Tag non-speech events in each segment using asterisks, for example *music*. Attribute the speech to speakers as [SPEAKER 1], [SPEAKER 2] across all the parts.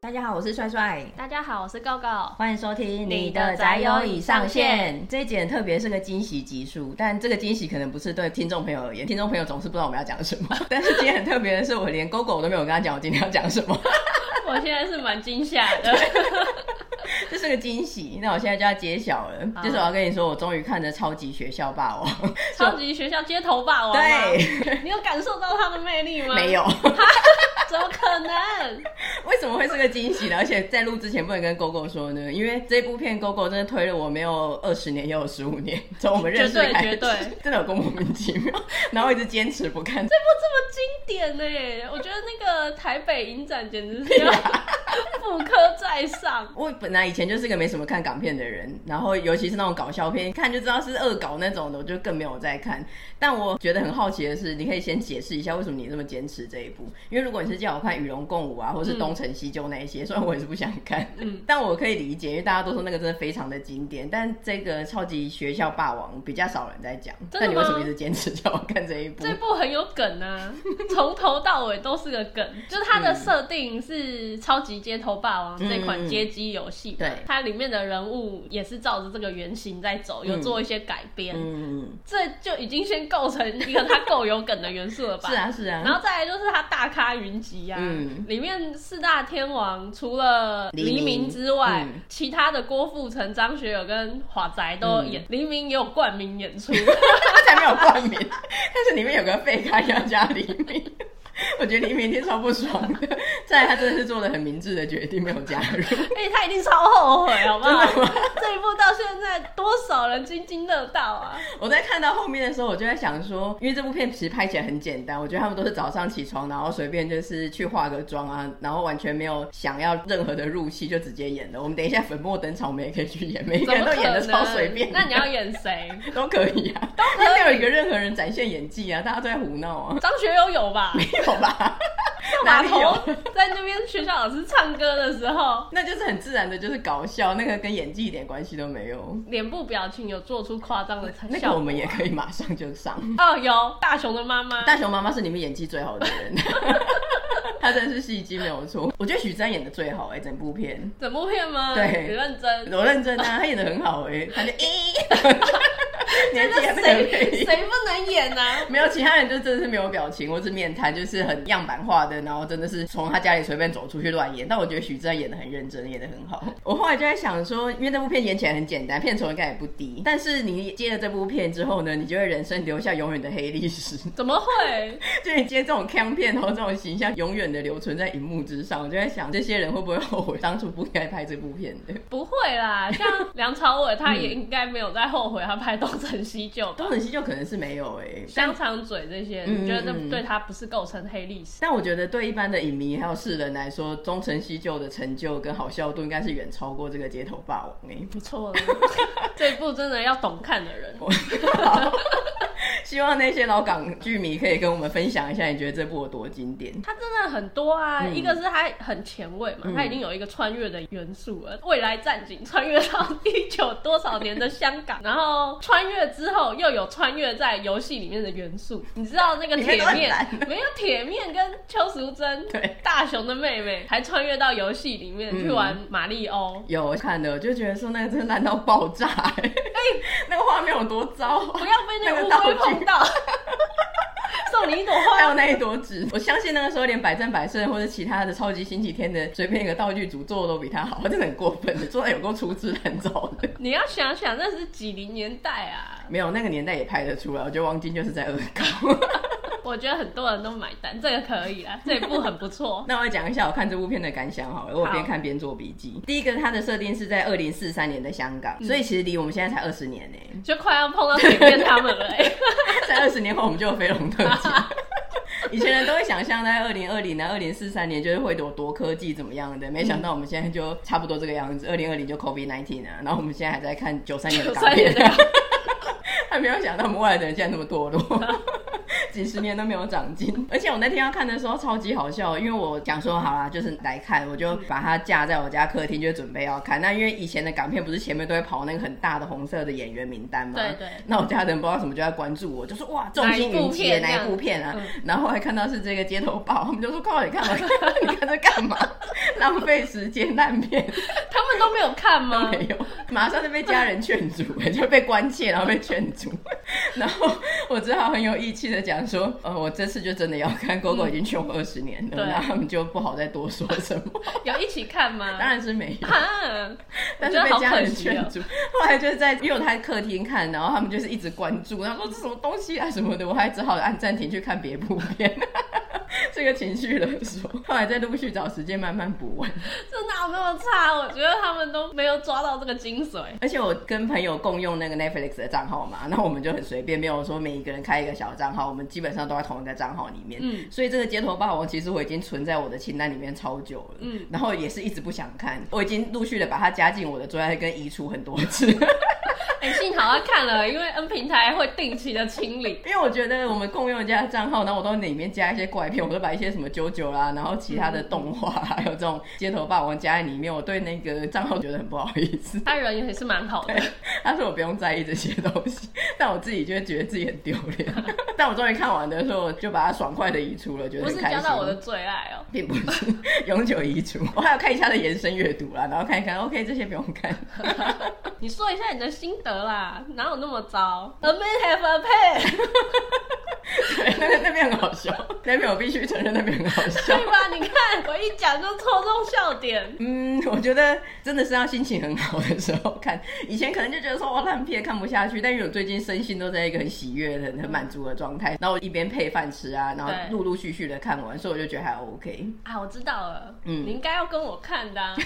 [SPEAKER 1] 大家好，我是帅帅。
[SPEAKER 2] 大家好，我是高高。
[SPEAKER 1] 欢迎收听《
[SPEAKER 2] 你的宅友已上线》
[SPEAKER 1] 这一集很特别，是个惊喜集数，但这个惊喜可能不是对听众朋友而言，听众朋友总是不知道我们要讲什么。 *laughs* 但是今天很特别的是，我连 GoGo 我都没有跟他讲我今天要讲什么，
[SPEAKER 2] *laughs*
[SPEAKER 1] *laughs*
[SPEAKER 2] 我现在是蛮惊吓 *laughs* 的，
[SPEAKER 1] 这是个惊喜。那我现在就要揭晓了，
[SPEAKER 2] 好
[SPEAKER 1] 就是我要跟你说，我终于看了《超级学校霸王》
[SPEAKER 2] 超级学校街头霸王。，
[SPEAKER 1] 对，
[SPEAKER 2] *laughs* 你有感受到它的魅力吗？
[SPEAKER 1] *laughs* 没，有，
[SPEAKER 2] 怎么可能？
[SPEAKER 1] 为什么会是个惊喜呢？而且在录之前不能跟 GoGo 说呢，因为这部片 GoGo 真的推了我没有二十年，也有十五年，从我们认识
[SPEAKER 2] 绝对
[SPEAKER 1] 开始
[SPEAKER 2] 绝对
[SPEAKER 1] *laughs* 真的有够莫名其妙，然后一直坚持不看。
[SPEAKER 2] 这部这么经典呢、我觉得那个台北影展简直是要复刻在上。
[SPEAKER 1] 我本来以前就是个没什么看港片的人，然后尤其是那种搞笑片，一看就知道是恶搞那种的，我就更没有在看。但我觉得很好奇的是，你可以先解释一下为什么你这么坚持这一部？因为如果你是叫我看《与龙共舞》啊，或是《东成西就》那一些， *laughs* 虽然我也是不想看，
[SPEAKER 2] 嗯
[SPEAKER 1] 但我可以理解，因为大家都说那个真的非常的经典。但这个超级学校霸王比较少人在讲，
[SPEAKER 2] 真的吗
[SPEAKER 1] 但你为什么一直坚持叫我看这一部？
[SPEAKER 2] 这部很有梗啊，从头到尾都是个梗，就是它的设定是超级街头霸王这款街机游戏嘛，
[SPEAKER 1] 嗯嗯对
[SPEAKER 2] 它里面的人物也是照着这个原型在走，有做一些改编，
[SPEAKER 1] 嗯，
[SPEAKER 2] 这就已经先构成一个它够有梗的元素了
[SPEAKER 1] *laughs*
[SPEAKER 2] 吧？
[SPEAKER 1] 是啊是啊，
[SPEAKER 2] 然后再来就是它大咖云集啊，
[SPEAKER 1] 嗯
[SPEAKER 2] 里面四大天王除了
[SPEAKER 1] 黎明
[SPEAKER 2] 黎明之外，
[SPEAKER 1] 嗯
[SPEAKER 2] 其他的郭富城、张学友跟华仔都有
[SPEAKER 1] 嗯
[SPEAKER 2] 演，黎明也有冠名演
[SPEAKER 1] *laughs*
[SPEAKER 2] 出，
[SPEAKER 1] 他才没有冠名， *laughs* 但是里面有个废咖要加黎明， *laughs* 我觉得黎明一定超不爽的。再来，他真的是做了很明智的决定，没有加入。
[SPEAKER 2] 哎、他一定超后悔，好不好
[SPEAKER 1] 真的吗？
[SPEAKER 2] 这一部到现在多少人津津乐道啊！
[SPEAKER 1] 我在看到后面的时候，我就在想说，因为这部片其实拍起来很简单，我觉得他们都是早上起床，然后随便就是去化个妆啊，然后完全没有想要任何的入戏，就直接演的。我们等一下粉墨登场，我们也可以去演， *laughs* 每一
[SPEAKER 2] 怎
[SPEAKER 1] 个人
[SPEAKER 2] 么
[SPEAKER 1] 都
[SPEAKER 2] 可
[SPEAKER 1] 演的
[SPEAKER 2] 能？
[SPEAKER 1] 超随便的
[SPEAKER 2] 那你要演
[SPEAKER 1] *laughs*
[SPEAKER 2] 谁？
[SPEAKER 1] 都可以啊，都
[SPEAKER 2] 可
[SPEAKER 1] 没
[SPEAKER 2] 以
[SPEAKER 1] 有一个任何人展现演技啊，大家都在胡闹啊，
[SPEAKER 2] 张学友有吧？
[SPEAKER 1] 没有吧？哪
[SPEAKER 2] 码
[SPEAKER 1] 里有？
[SPEAKER 2] 头在那边学校老师唱歌的时候，
[SPEAKER 1] 那就是很自然的，就是搞笑，那个跟演技一点关系都没有。
[SPEAKER 2] 脸部表情有做出夸张的
[SPEAKER 1] 那个
[SPEAKER 2] 效果。
[SPEAKER 1] 我们也可以马上就上。
[SPEAKER 2] 哦，有大雄的妈妈，
[SPEAKER 1] *laughs* 大雄妈妈是里面演技最好的人， *laughs* 她真的是戏精没有错。我觉得许知安演的最好哎、整部片。
[SPEAKER 2] 整部片吗？
[SPEAKER 1] 对
[SPEAKER 2] 你认真。
[SPEAKER 1] 我认真啊，她演的很好哎、她 *laughs* 就咦，年纪还是很
[SPEAKER 2] 谁谁不能演啊？
[SPEAKER 1] 没有其他人就真的是没有表情或是面瘫，就是很样板化的，然后真的是从他家里随便走出去乱演。但我觉得许志安演的很认真，演的很好。我后来就在想说，因为这部片演起来很简单，片酬应该也不低，但是你接了这部片之后呢，你就会人生留下永远的黑历 *laughs* 史。
[SPEAKER 2] 怎么会？
[SPEAKER 1] 就你接这种 c 片，然后这种形象永远的留存在荧幕之上，我就在想，这些人会不会后悔当初不应该拍这部片的？
[SPEAKER 2] 不会啦，像梁朝伟，他也应该没有在后悔他拍《东成西就》吧
[SPEAKER 1] 东成西就可能是没有哎、欸，
[SPEAKER 2] 香肠嘴这些，
[SPEAKER 1] 嗯
[SPEAKER 2] 你觉得这对他不是构成黑历史？
[SPEAKER 1] 但我觉得对一般的影迷还有世人来说，《忠诚西就》的成就跟好笑度应该是远超过这个《街头霸王》哎。
[SPEAKER 2] 不错
[SPEAKER 1] *laughs*
[SPEAKER 2] 了，这一部真的要懂看的人。
[SPEAKER 1] 希望那些老港剧迷可以跟我们分享一下，你觉得这部有多经典？
[SPEAKER 2] 它真的很多啊，
[SPEAKER 1] 嗯
[SPEAKER 2] 一个是它很前卫嘛，它已经有一个穿越的元素了，未来战警穿越到一九多少年的香港，然后穿越之后又有穿越在游戏里面的元素，你知道那个铁
[SPEAKER 1] 里面都很
[SPEAKER 2] 面
[SPEAKER 1] 难
[SPEAKER 2] *laughs* 没有铁面跟邱淑贞
[SPEAKER 1] 对
[SPEAKER 2] 大雄的妹妹还穿越到游戏里面、
[SPEAKER 1] 嗯
[SPEAKER 2] 去玩马里欧，
[SPEAKER 1] 有看的，我就觉得说那个真的烂到爆炸、欸， *laughs* 那个画面有多糟、啊
[SPEAKER 2] 不！要被那个乌
[SPEAKER 1] 那个道
[SPEAKER 2] 龟
[SPEAKER 1] 具
[SPEAKER 2] 碰到， *laughs* 送你一朵
[SPEAKER 1] 还
[SPEAKER 2] 花
[SPEAKER 1] 有。那一朵纸，我相信那个时候连百战百胜或者其他的超级星期天的随便一个道具组做的都比他好，真的很过分的，做的有够粗制滥造的。 *laughs*
[SPEAKER 2] 你要想想，那是几零年代啊？
[SPEAKER 1] 没有那个年代也拍得出来，我觉得王晶就是在恶搞。。
[SPEAKER 2] 我觉得很多人都买单，这个可以啦，这一部很不错
[SPEAKER 1] *laughs* 那我来讲一下我看这部片的感想好了，我边看边做笔记。第一个，它的设定是在二零四三年的香港，所以其实离我们现在才二十年呢、
[SPEAKER 2] 就快要碰到水面他们了、欸，
[SPEAKER 1] *laughs* 在二十年后我们就有飞龙特 *laughs* 辑。以前人都会想象在二零二零啊、二零四三年就是会有多科技怎么样的，没想到我们现在就差不多这个样子。二零二零就 COVID nineteen 啊，然后我们现在还在看九三年的
[SPEAKER 2] 九
[SPEAKER 1] 港 *laughs*
[SPEAKER 2] 三年
[SPEAKER 1] 片
[SPEAKER 2] 的，
[SPEAKER 1] 还没有想到我们外来的人现在那么堕落。几十年都没有长进。 *laughs* 而且我那天要看的时候超级好笑，因为我想说好啦，就是来看，我就把它架在我家客厅，就准备要看。那因为以前的港片不是前面都会跑那个很大的红色的演员名单吗？
[SPEAKER 2] 对对
[SPEAKER 1] 那我家人不知道什么就在关注我，就说哇，众星云集的哪
[SPEAKER 2] 哪一
[SPEAKER 1] 一
[SPEAKER 2] 部
[SPEAKER 1] 部
[SPEAKER 2] 片
[SPEAKER 1] 片啊？然后还看到是这个街头报，我们就说快点看吧， *laughs* 你看这干嘛？ *laughs* 浪费时间烂片。
[SPEAKER 2] 他们都没有看吗？
[SPEAKER 1] 没有， *laughs* 马上就被家人劝阻， *laughs* 就被关切，然后被劝阻， *laughs* 然后我只好很有义气的讲说，呃，我这次就真的要看，狗狗已经劝我二十年了，
[SPEAKER 2] 嗯对嗯
[SPEAKER 1] 然后他们就不好再多说什
[SPEAKER 2] *laughs*
[SPEAKER 1] 么，
[SPEAKER 2] 有一起看吗？
[SPEAKER 1] 当然是没有。
[SPEAKER 2] 啊，我
[SPEAKER 1] 但
[SPEAKER 2] 觉
[SPEAKER 1] 是
[SPEAKER 2] 得
[SPEAKER 1] 被
[SPEAKER 2] 好
[SPEAKER 1] 家
[SPEAKER 2] 可
[SPEAKER 1] 人
[SPEAKER 2] 惜
[SPEAKER 1] 劝
[SPEAKER 2] 哦。
[SPEAKER 1] 阻， *laughs* 后来就是在因为我在客厅看，然后他们就是一直关注，然后说这什么东西啊什么的，我还只好按暂停去看别部片， *laughs* 这个情绪勒索。后来再陆续找时间慢慢补完。
[SPEAKER 2] 这哪啊有那么差？我觉得他们都没有抓到这个精髓。
[SPEAKER 1] 而且我跟朋友共用那个 Netflix 的账号嘛， *laughs* 那我们就很随便，没有说每一个人开一个小账号，我们基本上都在同一个账号里面。
[SPEAKER 2] 嗯
[SPEAKER 1] 所以这个街头霸王其实我已经存在我的清单里面超久了，
[SPEAKER 2] 嗯
[SPEAKER 1] 然后也是一直不想看，我已经陆续的把它加进我的最爱跟移除很多次， *laughs*
[SPEAKER 2] 哎、幸好他看了，因为 N 平台会定期的清理。
[SPEAKER 1] 因为我觉得我们共用人家的账号，然后我都里面加一些怪片，我都把一些什么啾啾啦，然后其他的动画啦，还有这种街头霸王加在里面，我对那个账号觉得很不好意思。
[SPEAKER 2] 他人也是蛮好的，
[SPEAKER 1] 他说我不用在意这些东西，但我自己就会觉得自己很丢脸。 *laughs* 但我终于看完的时候，我就把它爽快的移除了，觉得
[SPEAKER 2] 不
[SPEAKER 1] 很
[SPEAKER 2] 是
[SPEAKER 1] 开心。
[SPEAKER 2] 加到我的最爱哦、
[SPEAKER 1] 并不是永久移除，我还有看一下它的延伸阅读啦，然后看一看，OK，这些不用看。 *laughs*
[SPEAKER 2] 你说一下你的心得啦，哪有那么糟？A man have a pen，
[SPEAKER 1] 对，那个那边很好笑，那边我必须承认那边很好笑。 *laughs*
[SPEAKER 2] 对吧？你看我一讲就戳中笑点。
[SPEAKER 1] 嗯，我觉得真的是要心情很好的时候看。以前可能就觉得说哇烂片看不下去，但因为我最近身心都在一个很喜悦、很很满足的状态，然后一边配饭吃啊，然后
[SPEAKER 2] 对
[SPEAKER 1] 陆陆续续的看完，所以我就觉得还 OK。
[SPEAKER 2] 啊，我知道了，
[SPEAKER 1] 嗯
[SPEAKER 2] 你应该要跟我
[SPEAKER 1] *laughs*
[SPEAKER 2] 看的、啊，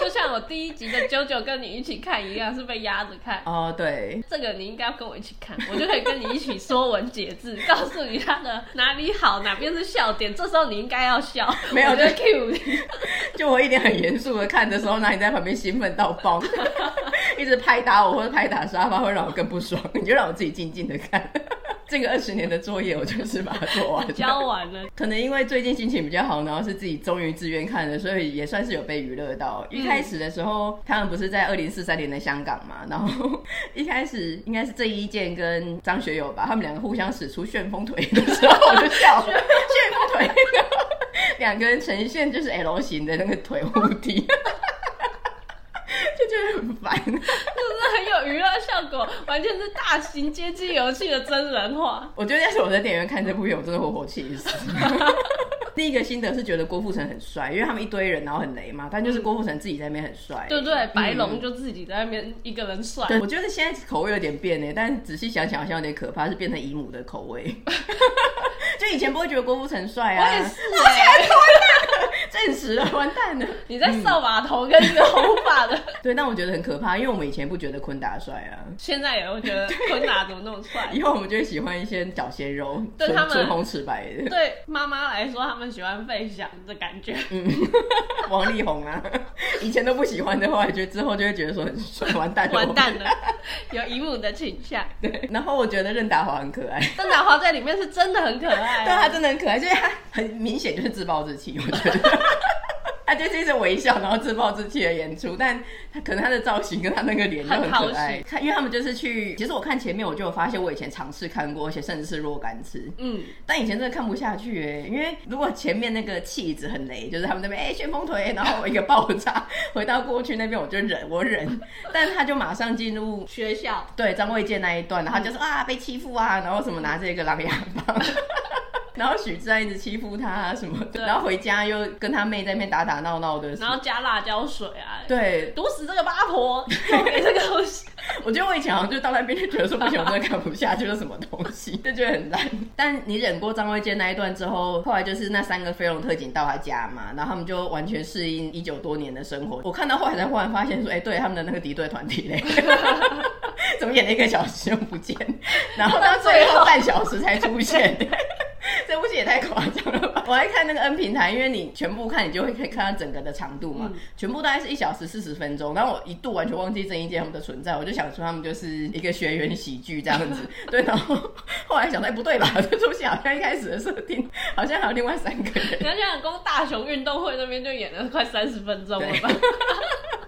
[SPEAKER 2] 就像我第一集的啾啾跟你一起看一样，是被压着看。
[SPEAKER 1] 哦，对，
[SPEAKER 2] 这个你应该要跟我一起看，我就可以跟你一起说文解
[SPEAKER 1] *laughs*
[SPEAKER 2] 字，告诉你他的哪里好，哪边是笑点。这时候你应该要笑，
[SPEAKER 1] 没有
[SPEAKER 2] 我就
[SPEAKER 1] 就 *laughs*
[SPEAKER 2] cue 你。
[SPEAKER 1] 就我一点很严肃的看的时候，那你在旁边兴奋到爆，一直拍打我或者拍打沙发，会让我更不爽。你就让我自己静静的看。这个二十年的作业，我就是把它做完
[SPEAKER 2] 教
[SPEAKER 1] 了。
[SPEAKER 2] 完了，
[SPEAKER 1] 可能因为最近心情比较好，然后是自己终于自愿看的，所以也算是有被娱乐到。一开始的时候，他们不是在二零四三年的香港嘛，然后一开始应该是郑伊健跟张学友吧，他们两个互相使出旋风腿的时候，我就笑了，旋风腿，两个人呈现就是 L 型的那个腿互踢， *laughs* 就觉得很烦。
[SPEAKER 2] 就是很有娱乐效果，完全是大型街机游戏的真人化。
[SPEAKER 1] 我觉得要是我在电影院看这部片，我真的活活气
[SPEAKER 2] *laughs*
[SPEAKER 1] 死。第一个心得是觉得郭富城很帅，因为他们一堆人，然后很雷嘛，但就是郭富城自己在那边很帅，
[SPEAKER 2] 嗯对不对，白龙
[SPEAKER 1] 嗯。
[SPEAKER 2] 就自己在那边一个人帅，
[SPEAKER 1] 对，我啊觉得现在口味有点变呢，欸但仔细想想好像有点可怕，是变成姨母的口
[SPEAKER 2] *laughs*
[SPEAKER 1] 味。就以前不会觉得郭富城帅
[SPEAKER 2] 我也
[SPEAKER 1] 啊，
[SPEAKER 2] 是哎、
[SPEAKER 1] 证实了，完蛋了。
[SPEAKER 2] 你在扫把头跟一个红发的，
[SPEAKER 1] 对，但我觉得很可怕，因为我们以前不觉得昆达帅啊，
[SPEAKER 2] 现在也会觉
[SPEAKER 1] *laughs*
[SPEAKER 2] 得坤达怎么那么帅？
[SPEAKER 1] 以后我们就会喜欢一些小鲜肉，
[SPEAKER 2] 对他
[SPEAKER 1] 唇
[SPEAKER 2] 们
[SPEAKER 1] 唇红齿白的，
[SPEAKER 2] 对妈妈来说，他们喜欢费翔的感觉。
[SPEAKER 1] 嗯王力宏啊，以前都不喜欢的话，觉得之后就会觉得说很帅，完蛋了，
[SPEAKER 2] *laughs* 完蛋
[SPEAKER 1] *laughs*
[SPEAKER 2] 了，有姨母的倾向。
[SPEAKER 1] 对，然后我觉得任达华很可爱，
[SPEAKER 2] 邓达华在里面是真的很可爱、啊
[SPEAKER 1] 对他真的很可爱，就是他很明显就是自暴自弃，我觉得。他就是一直微笑，然后自暴自弃的演出，但他可能他的造型跟他那个脸就很可
[SPEAKER 2] 很讨
[SPEAKER 1] 爱
[SPEAKER 2] 喜。
[SPEAKER 1] 看，因为他们就是去，其实我看前面我就有发现，我以前尝试看过，而且甚至是若干次，
[SPEAKER 2] 嗯，
[SPEAKER 1] 但以前真的看不下去哎、因为如果前面那个气质很雷，就是他们那边哎旋风腿，然后一个爆炸，回到过去那边我就忍，我忍，但他就马上进入
[SPEAKER 2] 学校
[SPEAKER 1] 对张卫健那一段，然
[SPEAKER 2] 嗯
[SPEAKER 1] 后就说、啊被欺负啊，然后什么拿着一个狼牙
[SPEAKER 2] *laughs*
[SPEAKER 1] 棒。然后许志安一直欺负他啊什么
[SPEAKER 2] 对
[SPEAKER 1] 的，然后回家又跟他妹在那边打打闹闹的。
[SPEAKER 2] 然后加辣椒水啊，，
[SPEAKER 1] 对，
[SPEAKER 2] 毒死这个八婆，又给这个东西。
[SPEAKER 1] 我觉得我以前好像就到那边就觉得说不行，我真的看不下去，是什么东西，就觉得很烂。但你忍过张卫健那一段之后，后来就是那三个飞龙特警到他家嘛，然后他们就完全适应一九多年的生活。我看到后来才忽然发现说，哎、对他们的那个敌对团体嘞。 *laughs* 怎么 *laughs* *laughs* 演了一个小时就不见，然后到最后半小时才出现。这部戏也太夸张了吧！我 *laughs* 还看那个 N 平台，因为你全部看，你就会可以看到整个的长度嘛，
[SPEAKER 2] 嗯
[SPEAKER 1] 全部大概是一小时四十分钟。然后我一度完全忘记郑伊健他们的存在，我就想说他们就是一个学员喜剧这样子。 *laughs* 对，然后后来想到，哎、不对吧？ *laughs* 这出戏好像一开始的设定好像还有另外三个人。 *laughs*
[SPEAKER 2] 你看，像光大雄运动会那边就演了快三十分钟了吧？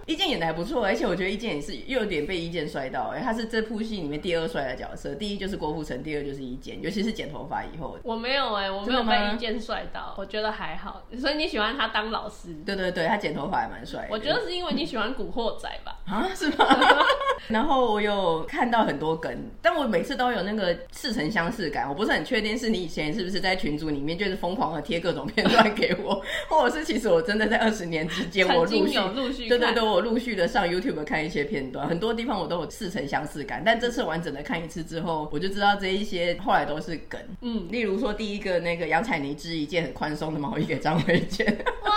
[SPEAKER 1] 一健演的还不错，而且我觉得一健也是又有点被一健摔到、哎，他是这部戏里面第二帅的角色，第一就是郭富城，第二就是一健，尤其是剪头发以后。
[SPEAKER 2] 我没有哎、我没
[SPEAKER 1] 真的
[SPEAKER 2] 有
[SPEAKER 1] 吗
[SPEAKER 2] 被一剑帅到，我觉得还好。所以你喜欢他当老师？
[SPEAKER 1] 对对对，他剪头发还蛮帅的。
[SPEAKER 2] 我觉得是因为你喜欢古惑仔吧？
[SPEAKER 1] 啊，是吗？ *laughs* 然后我有看到很多梗，但我每次都有那个似曾相识感。我不是很确定是你以前是不是在群组里面就是疯狂的贴各种片段给我， *laughs* 或者是其实我真的在二十年之间我
[SPEAKER 2] 曾
[SPEAKER 1] 陆
[SPEAKER 2] 经
[SPEAKER 1] 续。
[SPEAKER 2] 有陆续
[SPEAKER 1] 对
[SPEAKER 2] 看，
[SPEAKER 1] 对对，我陆续的上 YouTube 看一些片段，很多地方我都有似曾相识感，但这次完整的看一次之后，我就知道这一些后来都是梗。
[SPEAKER 2] 嗯，
[SPEAKER 1] 例如说，第一个那个杨采妮织一件很宽松的毛衣给张卫健，
[SPEAKER 2] 哇，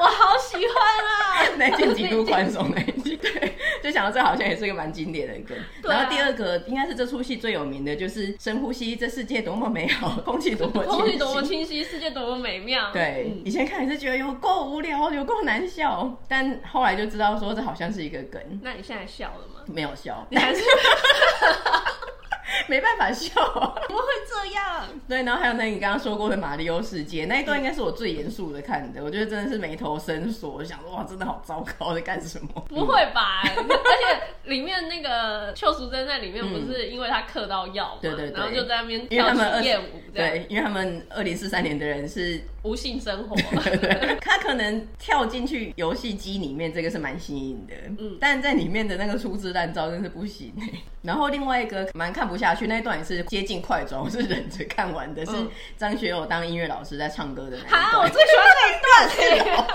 [SPEAKER 2] 我好喜欢啊！
[SPEAKER 1] *laughs* 那件极度宽松那一件， *laughs* 对，就想到这好像也是一个蛮经典的梗。
[SPEAKER 2] 对啊
[SPEAKER 1] 然后第二个应该是这出戏最有名的就是深呼吸，这世界多么美
[SPEAKER 2] *laughs*
[SPEAKER 1] 好，空气多么
[SPEAKER 2] 空气多么
[SPEAKER 1] 清新。
[SPEAKER 2] 清晰，世界多么美妙。
[SPEAKER 1] 对，
[SPEAKER 2] 嗯
[SPEAKER 1] 以前看也是觉得有够无聊，有够难笑，但后来就知道说这好像是一个梗，
[SPEAKER 2] 那你现在笑了吗？
[SPEAKER 1] *laughs* 没有
[SPEAKER 2] *laughs*
[SPEAKER 1] 笑，
[SPEAKER 2] 你还是
[SPEAKER 1] 没办法笑啊、
[SPEAKER 2] 怎么会这样？
[SPEAKER 1] 对，然后还有那你刚刚说过的《马里奥世界》那一
[SPEAKER 2] 嗯
[SPEAKER 1] 段，应该是我最严肃的看的，我觉得真的是眉头深锁，我想说哇，真的好糟糕，在干什么？
[SPEAKER 2] 不会吧？而且里面那个邱淑贞在里面不是因为她嗑到药嘛，
[SPEAKER 1] 嗯对对对
[SPEAKER 2] 然后就在那边
[SPEAKER 1] 因为
[SPEAKER 2] 跳
[SPEAKER 1] 他们二
[SPEAKER 2] 起艳舞，这样
[SPEAKER 1] 对，因为他们二零四三年的人是
[SPEAKER 2] 无性生活。
[SPEAKER 1] *laughs* 他可能跳进去游戏机里面，这个是蛮新颖的，嗯
[SPEAKER 2] 嗯，
[SPEAKER 1] 但在里面的那个粗制滥造真是不行、欸。然后另外一个蛮看不下去那一段也是接近快转，我是忍着看完的，是
[SPEAKER 2] 嗯
[SPEAKER 1] 张学友当音乐老师在唱歌的那一
[SPEAKER 2] 哈，我
[SPEAKER 1] 段，
[SPEAKER 2] 最喜欢那一段了，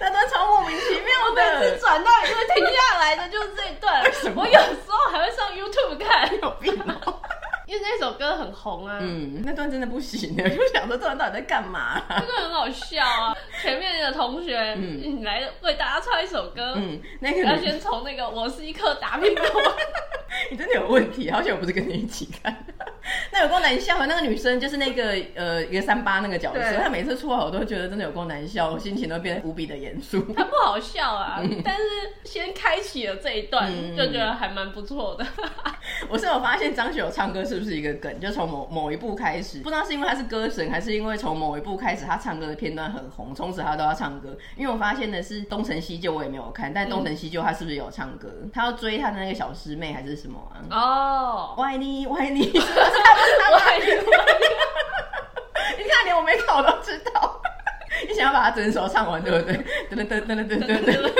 [SPEAKER 1] 那段超莫名其妙
[SPEAKER 2] 我每次
[SPEAKER 1] 的，
[SPEAKER 2] 转到就会停下来的就是这一段
[SPEAKER 1] 什。么
[SPEAKER 2] 我有时候还会上 YouTube 看，
[SPEAKER 1] *laughs* 有病哦、
[SPEAKER 2] 因为那首歌很红啊，
[SPEAKER 1] 嗯，那段真的不行欸，我就想说这段到底在干嘛啊、
[SPEAKER 2] 那个很好笑啊。 *laughs* 前面的同学，
[SPEAKER 1] 嗯
[SPEAKER 2] 你来为大家唱一首歌，
[SPEAKER 1] 嗯，那个
[SPEAKER 2] 要
[SPEAKER 1] 女
[SPEAKER 2] 先从那个《我是一颗打苹果》
[SPEAKER 1] 你欸真的有问题，好险我不是跟你一起看。 *laughs* 那有够难笑的那个女生，就是那个呃一个三八那个角色，
[SPEAKER 2] 对
[SPEAKER 1] 她每次出来我都觉得真的有够难笑，我心情都变得无比的严肃。 *laughs*
[SPEAKER 2] 它 *laughs* 不好笑啊，但是先开启了这一段，
[SPEAKER 1] 嗯
[SPEAKER 2] 就觉得还蛮不错
[SPEAKER 1] *laughs*
[SPEAKER 2] 的。
[SPEAKER 1] 我是有发现张学友唱歌是不是一个梗，就从某某一部开始，不知道是因为他是歌神，还是因为从某一部开始他唱歌的片段很红，从此他都要唱歌。因为我发现的是《东成西就》，我也没有看，但《东成西就》他是不是有唱歌？他要追他的那个小师妹还是什么啊？ *laughs*
[SPEAKER 2] 哦，
[SPEAKER 1] 我爱你，我爱你，是不是他不是他
[SPEAKER 2] 我还以为
[SPEAKER 1] 你看，连我没考都知道。 *laughs* 你想要把它整首唱完，对不对？噔噔噔噔噔噔噔，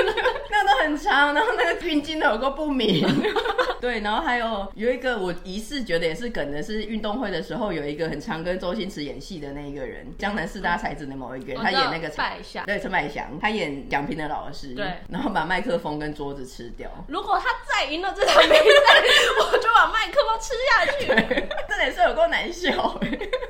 [SPEAKER 1] 那个都很长，然后那个运镜都有够不明。 *laughs* 对，然后还有有一个我疑似觉得也是梗的，是运动会的时候有一个很常跟周星驰演戏的那一个人，江南四大才子的某一个人，
[SPEAKER 2] 哦
[SPEAKER 1] *laughs*
[SPEAKER 2] 我
[SPEAKER 1] 他
[SPEAKER 2] 知道
[SPEAKER 1] 演那个
[SPEAKER 2] 败下。
[SPEAKER 1] 对陈百祥，他演蒋平的老师，
[SPEAKER 2] 对
[SPEAKER 1] 然后把麦克风跟桌子吃掉。 *laughs*
[SPEAKER 2] 如果他再赢了这场比赛，我就把麦克风吃下
[SPEAKER 1] *laughs*
[SPEAKER 2] 去。
[SPEAKER 1] 这也是有够难笑、欸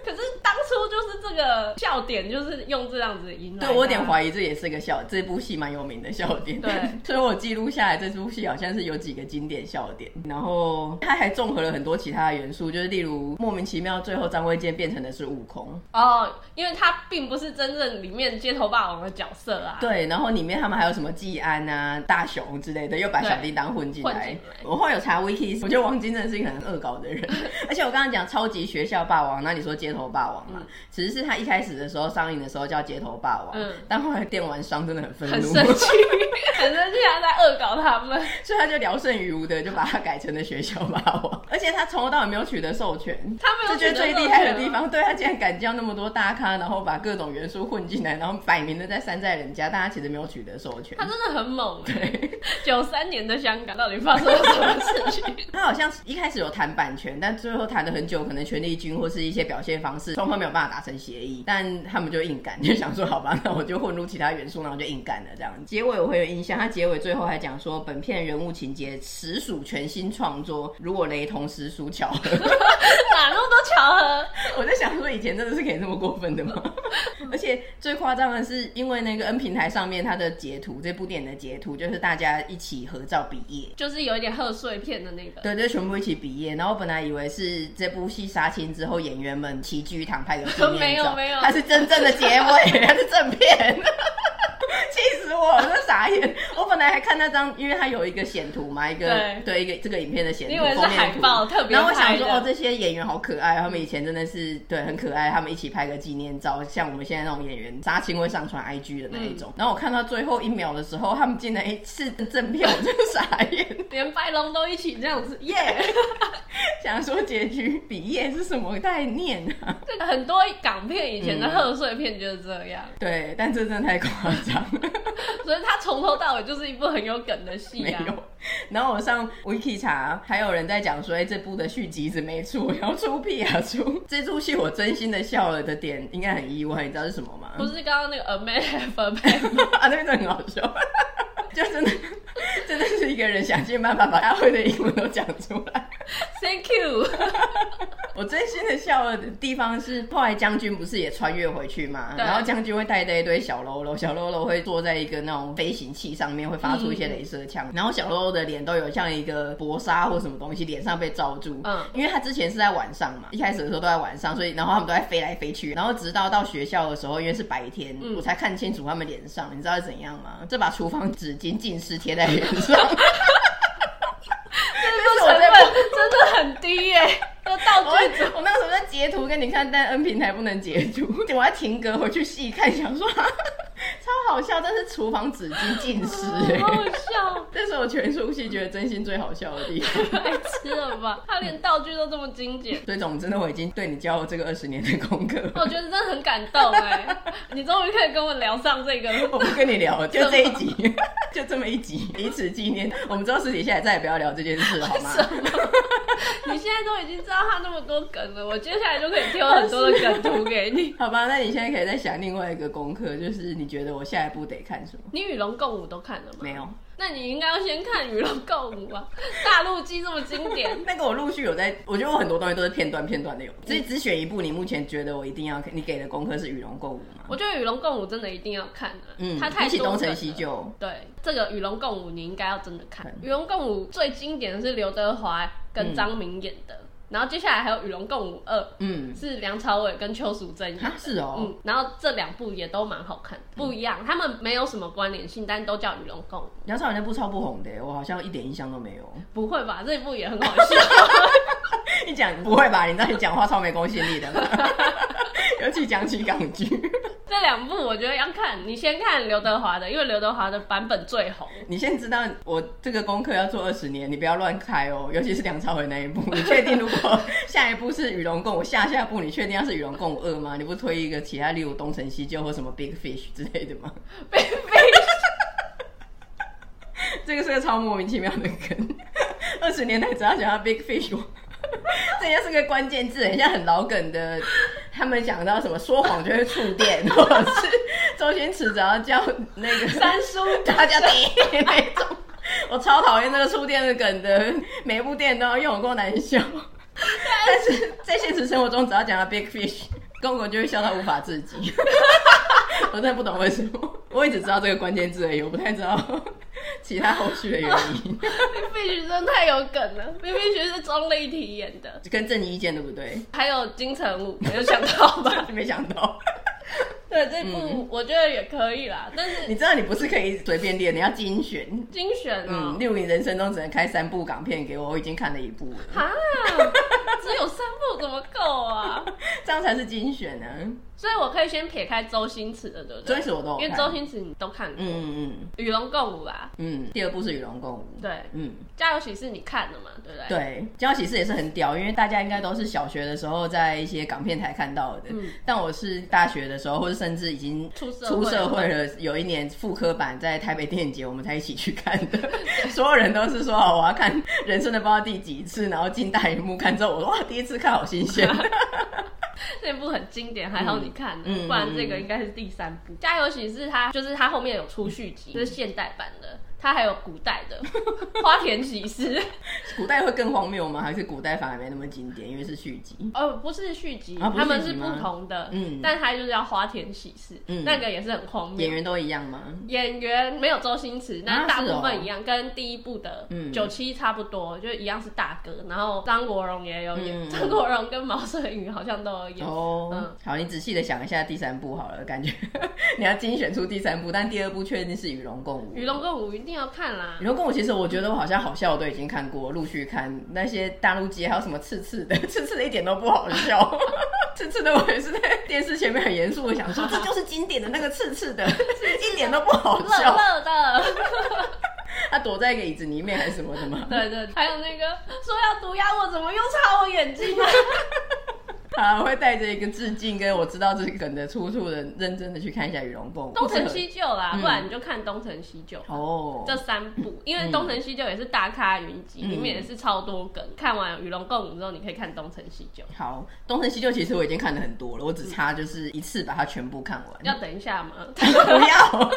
[SPEAKER 2] 可是当初就是这个笑点，就是用这样子赢来的啊。
[SPEAKER 1] 对我有点怀疑，这也是个笑，这部戏蛮有名的笑点。 *laughs*
[SPEAKER 2] 对，
[SPEAKER 1] 所以我记录下来，这部戏好像是有几个经典笑点，然后它还综合了很多其他的元素，就是例如莫名其妙最后张卫健变成的是悟空，
[SPEAKER 2] 哦，因为他并不是真正里面街头霸王的角色啊。
[SPEAKER 1] 对，然后里面他们还有什么季安啊、大雄之类的，又把小叮当混进
[SPEAKER 2] 混
[SPEAKER 1] 来
[SPEAKER 2] 进来。
[SPEAKER 1] 我后来有查 wiki，我觉得王晶真的是一个很恶搞的人， *laughs* 而且我刚刚讲超级学校霸王，那你说街头霸王
[SPEAKER 2] 嗯
[SPEAKER 1] 嘛，其实是他一开始的时候上映的时候叫街头霸王，
[SPEAKER 2] 嗯
[SPEAKER 1] 但后来电玩商真的很愤怒，
[SPEAKER 2] 很生气， *laughs* 很生气，他在恶搞他们。
[SPEAKER 1] 所以他就聊胜于无的，就把它改成了学校霸
[SPEAKER 2] *laughs*
[SPEAKER 1] 王。而且他从头到尾没有取得授权，
[SPEAKER 2] 他没有
[SPEAKER 1] 这就是
[SPEAKER 2] 取得
[SPEAKER 1] 最厉害的
[SPEAKER 2] 授权
[SPEAKER 1] 地
[SPEAKER 2] 啊
[SPEAKER 1] 方。对他竟然敢叫那么多大咖，然后把各种元素混进来，然后摆明的在山寨人家，但他其实没有取得授权
[SPEAKER 2] 他。真的很猛、欸。九三年的香港到底发生了什么事情？ *laughs*
[SPEAKER 1] 他好像一开始有谈版权，但最后谈了很久，可能权力军或是一些表现方式，双方没有办法达成协议，但他们就硬干，就想说好吧，那我就混入其他元素，然后就硬干了这样。结尾我会有印象，他结尾最后还讲说，本片人物情节实属全新创作，如果雷同实属巧合。
[SPEAKER 2] 哪那么多巧合？
[SPEAKER 1] *laughs*
[SPEAKER 2] *laughs*
[SPEAKER 1] 我在想说，以前真的是可以这么过分的吗？而且最夸张的是，因为那个 N 平台上面它的截图，这部电影的截图就是大家一起合照毕业。
[SPEAKER 2] 就是有一点贺岁片的那个。
[SPEAKER 1] 对，就全部一起毕业。然后我本来以为是这部戏杀青之后，演员们齐聚一堂拍个纪念照，
[SPEAKER 2] *laughs* 没有没有
[SPEAKER 1] 它是真正的结尾， *laughs* 它是正片。气死我了！我真傻眼。我本来还看那张，因为它有一个显图嘛，一个
[SPEAKER 2] 对
[SPEAKER 1] 一个这个影片的显图，
[SPEAKER 2] 因为是
[SPEAKER 1] 封面
[SPEAKER 2] 海
[SPEAKER 1] 图
[SPEAKER 2] 报特别
[SPEAKER 1] 然后我想
[SPEAKER 2] 拍
[SPEAKER 1] 说，
[SPEAKER 2] 的
[SPEAKER 1] 哦，这些演员好可爱，他们以前真的是对很可爱，他们一起拍个纪念照，像我们现在那种演员杀青会上传 IG 的那一
[SPEAKER 2] 嗯
[SPEAKER 1] 种。然后我看到最后一秒的时候，他们竟然诶是正片，我真的傻
[SPEAKER 2] *laughs*
[SPEAKER 1] 眼，
[SPEAKER 2] 连白龙都一起这样子，耶、
[SPEAKER 1] *laughs* 想说结局比耶是什么概念啊？
[SPEAKER 2] 这个很多港片以
[SPEAKER 1] 嗯
[SPEAKER 2] 前的贺岁片就是这样， *laughs*
[SPEAKER 1] 对，但这真的太夸张
[SPEAKER 2] 啊
[SPEAKER 1] 了。
[SPEAKER 2] 所以它从头到尾就是一部很有梗的戏
[SPEAKER 1] 没
[SPEAKER 2] 啊。
[SPEAKER 1] 有。然后我上 Wiki 查，还有人在讲说，哎、这部的续集是没出， *laughs* 然后出屁啊出！这出戏我真心的笑了的点，应该很意外，你知道是什么吗？
[SPEAKER 2] 不是刚刚那个 A Man Have a Man 吗？
[SPEAKER 1] *laughs* 啊，那边真的很好笑， *laughs* 就真的真的是一个人想尽办法把他会的英文都讲出来。
[SPEAKER 2] Thank you。
[SPEAKER 1] 我真心的笑的地方是，后来将军不是也穿越回去嘛，
[SPEAKER 2] 对
[SPEAKER 1] 然后将军会带着一堆小喽啰，小喽啰会坐在一个那种飞行器上面，会发出一
[SPEAKER 2] 嗯
[SPEAKER 1] 些镭射枪，然后小喽啰的脸都有像一个薄纱或什么东西脸上被罩住，
[SPEAKER 2] 嗯
[SPEAKER 1] 因为他之前是在晚上嘛，一开始的时候都在晚上，所以然后他们都在飞来飞去，然后直到到学校的时候，因为是白天，
[SPEAKER 2] 嗯
[SPEAKER 1] 我才看清楚他们脸上，你知道是怎样吗？这把厨房纸巾浸湿贴在脸上，
[SPEAKER 2] 这个成本真的很低耶、这道
[SPEAKER 1] *laughs* 我
[SPEAKER 2] 具
[SPEAKER 1] 我那个时候在截图给你看，但 N 平台不能截图， *laughs* 我还停格回去细看，想说哈哈超好笑，但是厨房纸巾浸湿、
[SPEAKER 2] 好
[SPEAKER 1] 欸。 *laughs*
[SPEAKER 2] 好笑，
[SPEAKER 1] 这是我全出戏觉得真心最好笑的地方。 *laughs*
[SPEAKER 2] 太吃了吧？ *laughs* 他连道具都这么精简。
[SPEAKER 1] 所以总之呢，我已经对你教了这个二十年的功课。
[SPEAKER 2] *laughs* 我觉得真的很感动哎、 *laughs* 你终于可以跟我聊上这个了。
[SPEAKER 1] *laughs* 我不跟你聊了，就这一集， *laughs* 就这么一集，以此纪念。我们之后私底下也再也不要聊这件事，好吗？
[SPEAKER 2] 你现在都已经知道他那么多梗了，我接下来就可以挑很多的梗图给 *laughs* 你。
[SPEAKER 1] 好吧，那你现在可以再想另外一个功课，就是你觉得我下一步得看什么？
[SPEAKER 2] 你与龙共舞都看了吗？
[SPEAKER 1] 没有。
[SPEAKER 2] 那你应该要先看《与龙共舞》 *laughs* 啊，《大陆记》这么经典，
[SPEAKER 1] *laughs* 那个我陆续有在，我觉得我很多东西都是片段片段的
[SPEAKER 2] 嗯
[SPEAKER 1] 有，所以只选一部。你目前觉得我一定要，你给的功课是《与龙共舞》吗？
[SPEAKER 2] 我觉得《与龙共舞》真的一定要看啊，
[SPEAKER 1] 嗯，
[SPEAKER 2] 它太
[SPEAKER 1] 比起
[SPEAKER 2] 多
[SPEAKER 1] 东
[SPEAKER 2] 梗
[SPEAKER 1] 成
[SPEAKER 2] 了
[SPEAKER 1] 西就，
[SPEAKER 2] 对，这个《与龙共舞》你应该要真的看，嗯
[SPEAKER 1] 看
[SPEAKER 2] 《与龙共舞》最经典的是刘德华跟张明演的，然后接下来还有《与龙共舞二》，
[SPEAKER 1] 嗯，
[SPEAKER 2] 是梁朝伟跟邱淑贞演的
[SPEAKER 1] 啊是哦嗯
[SPEAKER 2] 嗯，然后这两部也都蛮好看，不一样，他们没有什么关联性，但都叫《与龙共舞》。
[SPEAKER 1] 梁朝伟那部超不红的，我好像一点印象都没有。 *laughs*
[SPEAKER 2] 不会吧？这一部也很好笑， *laughs*
[SPEAKER 1] 你讲不会吧？你知道你讲话超没公信力的 *laughs* 吧，尤其讲起港剧。
[SPEAKER 2] 这两部我觉得要看，你先看刘德华的，因为刘德华的版本最红。
[SPEAKER 1] 你先知道我这个功课要做二十年，你不要乱开哦，尤其是梁朝伟那一部。你确定如果下一步是《与龙共舞》，下下部你确定要是《与龙共舞二》吗？你不推一个其他，例如《东成西就》或什么《Big Fish》之类的吗？
[SPEAKER 2] 被被
[SPEAKER 1] *laughs* 这个是个超莫名其妙的梗，二十年代只要讲到 Big Fish，我这也是个关键字，很像很老梗的。他们讲到什么说谎就会触电，或者是周星驰只要叫那个
[SPEAKER 2] 三叔
[SPEAKER 1] 大家你那种，我超讨厌这个触电的梗的，每一部电影都要用，有够难笑。但是在现实生活中，只要讲到 Big Fish，公公就会笑到无法自己。 *laughs* 我真的不懂为什么，我也只知道这个关键字而已，我不太知道 *laughs* 其他后续的原因。 *laughs*
[SPEAKER 2] 必须真的太有梗了，必须是钟丽缇演的，
[SPEAKER 1] 跟郑怡见对不对？
[SPEAKER 2] 还有金城武，没有想到吧？
[SPEAKER 1] *laughs* 没想到，
[SPEAKER 2] 对，这部我觉得也可以啦，但是
[SPEAKER 1] 你知道你不是可以随便列，你要精选。
[SPEAKER 2] 精选
[SPEAKER 1] 嗯，
[SPEAKER 2] 哦、
[SPEAKER 1] 例如你人生中只能开三部港片给我，我已经看了一部了，
[SPEAKER 2] 哈，只有三部怎么够啊？
[SPEAKER 1] 这样才是精选呢、啊
[SPEAKER 2] 所以我可以先撇开周星驰的，对不
[SPEAKER 1] 周
[SPEAKER 2] 对
[SPEAKER 1] 星？驰我都有
[SPEAKER 2] 因为
[SPEAKER 1] 看
[SPEAKER 2] 周星驰你都看过，《
[SPEAKER 1] 嗯嗯
[SPEAKER 2] 与龙共舞》吧？
[SPEAKER 1] 嗯嗯，第二部是《与龙共舞》。
[SPEAKER 2] 对，
[SPEAKER 1] 嗯，
[SPEAKER 2] 《家有喜事》你看了嘛？对不对？
[SPEAKER 1] 对，《交喜事》也是很屌，因为大家应该都是小学的时候在一些港片台看到的，
[SPEAKER 2] 嗯
[SPEAKER 1] 但我是大学的时候，或者甚至已经
[SPEAKER 2] 出社会
[SPEAKER 1] 出社
[SPEAKER 2] 了
[SPEAKER 1] 会了，有一年副科版在台北电影节，我们才一起去看的， *laughs* 所有人都是说哦我要看人生的不知道第几次，然后进大荧幕看之后，我说哇，第一次看好新 *laughs* 鲜，
[SPEAKER 2] 那部很经典，还好你看了，
[SPEAKER 1] 嗯嗯嗯
[SPEAKER 2] 不然这个应该是第三部。家有喜事》它就是它后面有出续集，就是现代版的。它还有古代
[SPEAKER 1] *laughs*
[SPEAKER 2] 的花田喜事，
[SPEAKER 1] 古代会更荒谬吗？还是古代反而没那么经典，因为是续集？
[SPEAKER 2] 哦，不是续集，
[SPEAKER 1] 啊不是
[SPEAKER 2] 他们
[SPEAKER 1] 续
[SPEAKER 2] 是
[SPEAKER 1] 集吗
[SPEAKER 2] 不同的，
[SPEAKER 1] 嗯
[SPEAKER 2] 但它就是要花田喜事，
[SPEAKER 1] 嗯
[SPEAKER 2] 那个也是很荒
[SPEAKER 1] 演
[SPEAKER 2] 谬。
[SPEAKER 1] 员都一样吗？
[SPEAKER 2] 演员没有周星驰，
[SPEAKER 1] 啊
[SPEAKER 2] 但大
[SPEAKER 1] 是哦
[SPEAKER 2] 部分一样，跟第一部的
[SPEAKER 1] 嗯
[SPEAKER 2] 九七差不多，就一样是大哥。然后张国荣也有演，
[SPEAKER 1] 嗯
[SPEAKER 2] 张国荣跟毛舜筠好像都有演。
[SPEAKER 1] 哦、
[SPEAKER 2] 嗯
[SPEAKER 1] 好，你仔细的想一下第三部好了，感觉 *laughs* 你要精选出第三部，但第二部确定是与龙共舞。
[SPEAKER 2] 与龙共舞一定要看啦
[SPEAKER 1] 与！龙共舞，其实我觉得我好像好笑的都已经看过，陆续看那些大陆街还有什么刺刺的， *laughs* 刺刺的一点都不好笑， *laughs* 刺刺的我也是在电视前面很严肃的 *laughs* 想说，这就是经典的那个刺刺的，一点都不好
[SPEAKER 2] 乐
[SPEAKER 1] *laughs* 笑，
[SPEAKER 2] 乐的， *laughs*
[SPEAKER 1] 他躲在一个椅子里面还是什么的 *laughs* 嘛。
[SPEAKER 2] 对对，对还有那个说要毒药，我怎么又插我眼
[SPEAKER 1] *laughs*
[SPEAKER 2] 睛啊？
[SPEAKER 1] 啊，我会带着一个致敬，跟我知道这是梗的出处的，认真的去看一下《与龙共舞》。
[SPEAKER 2] 东成
[SPEAKER 1] 不止
[SPEAKER 2] 西就啦，
[SPEAKER 1] 嗯
[SPEAKER 2] 不然你就看东成西就。
[SPEAKER 1] 哦，
[SPEAKER 2] 这三部，因
[SPEAKER 1] 嗯
[SPEAKER 2] 为东成西就也是大咖云集，
[SPEAKER 1] 嗯
[SPEAKER 2] 里面也是超多梗。看完《与龙共舞》之后，你可以看东成西就。
[SPEAKER 1] 好，《东成西就》其实我已经看了很多了，我只差就是一次把它全部看完。
[SPEAKER 2] 要等一下吗？
[SPEAKER 1] *laughs*
[SPEAKER 2] *laughs*
[SPEAKER 1] 不 *laughs* 要？